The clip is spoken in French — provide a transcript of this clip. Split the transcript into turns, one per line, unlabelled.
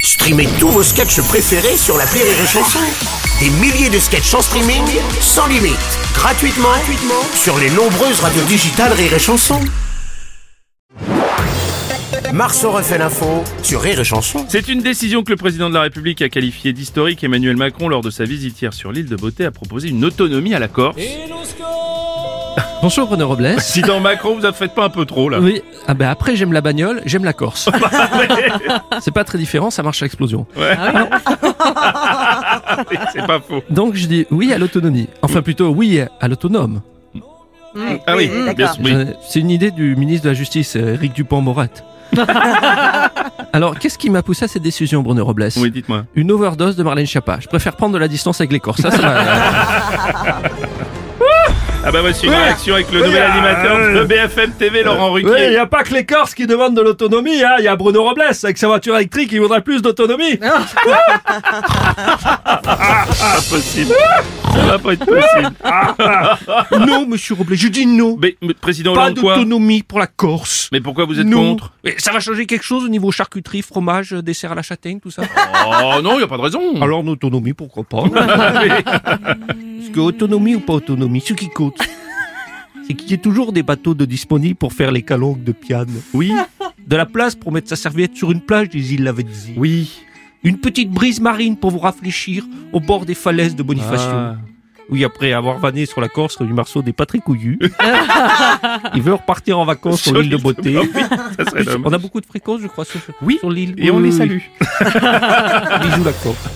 Streamez tous vos sketchs préférés sur la Rire et Chanson. Des milliers de sketchs en streaming, sans limite, gratuitement, gratuitement sur les nombreuses radios digitales Rire et Chanson. Marceau refait l'info sur Rire et Chanson.
C'est une décision que le président de la République a qualifiée d'historique. Emmanuel Macron, lors de sa visite hier sur l'île de Beauté, a proposé une autonomie à la Corse.
Bonjour Renaud Robles.
Si dans Macron, vous en faites pas un peu trop, là.
Oui, ah ben après j'aime la bagnole, j'aime la Corse.
Ah
C'est pas très différent, ça marche à explosion.
C'est pas faux.
Donc je dis oui à l'autonomie. Enfin plutôt oui à l'autonome.
Ah oui, bien sûr. oui.
Euh, C'est une idée du ministre de la Justice, euh, Éric Dupont-Morat. Alors qu'est-ce qui m'a poussé à cette décision Bruno Robles
Oui, dites-moi.
Une overdose de Marlène Schiappa. Je préfère prendre de la distance avec les Corses. Ça, ça m'a-
Ah bah voici une réaction avec le nouvel animateur de BFM TV, Laurent Ruquier.
Oui, il n'y a pas que les Corses qui demandent de l'autonomie. hein. Il y a Bruno Robles avec sa voiture électrique, il voudrait plus d'autonomie.
Impossible. Ça va pas être possible.
non, monsieur Robles, je dis non.
Mais, mais, président
Pas
Hollande, quoi
d'autonomie pour la Corse.
Mais pourquoi vous êtes
Non.
contre
Mais ça va changer quelque chose au niveau charcuterie, fromage, euh, dessert à la châtaigne, tout ça
Oh non, y a pas de raison.
Alors, l'autonomie, pourquoi pas Parce que autonomie ou pas autonomie, ce qui compte, c'est qu'il y ait toujours des bateaux de disponibles pour faire les calanques de piane. Oui. De la place pour mettre sa serviette sur une plage des îles Lavezzi.
Oui.
Une petite brise marine pour vous rafraîchir au bord des falaises de Bonifacio. Oui, après avoir vanné sur la Corse du marceau des Patrick Couillu, il veut repartir en vacances sur l'île de Beauté.
Ça serait dommage.
On a beaucoup de fréquences, je crois, sur, oui, sur l'île.
Et on
Oui,
les
oui,
salue.
oui. Bisous la Corse.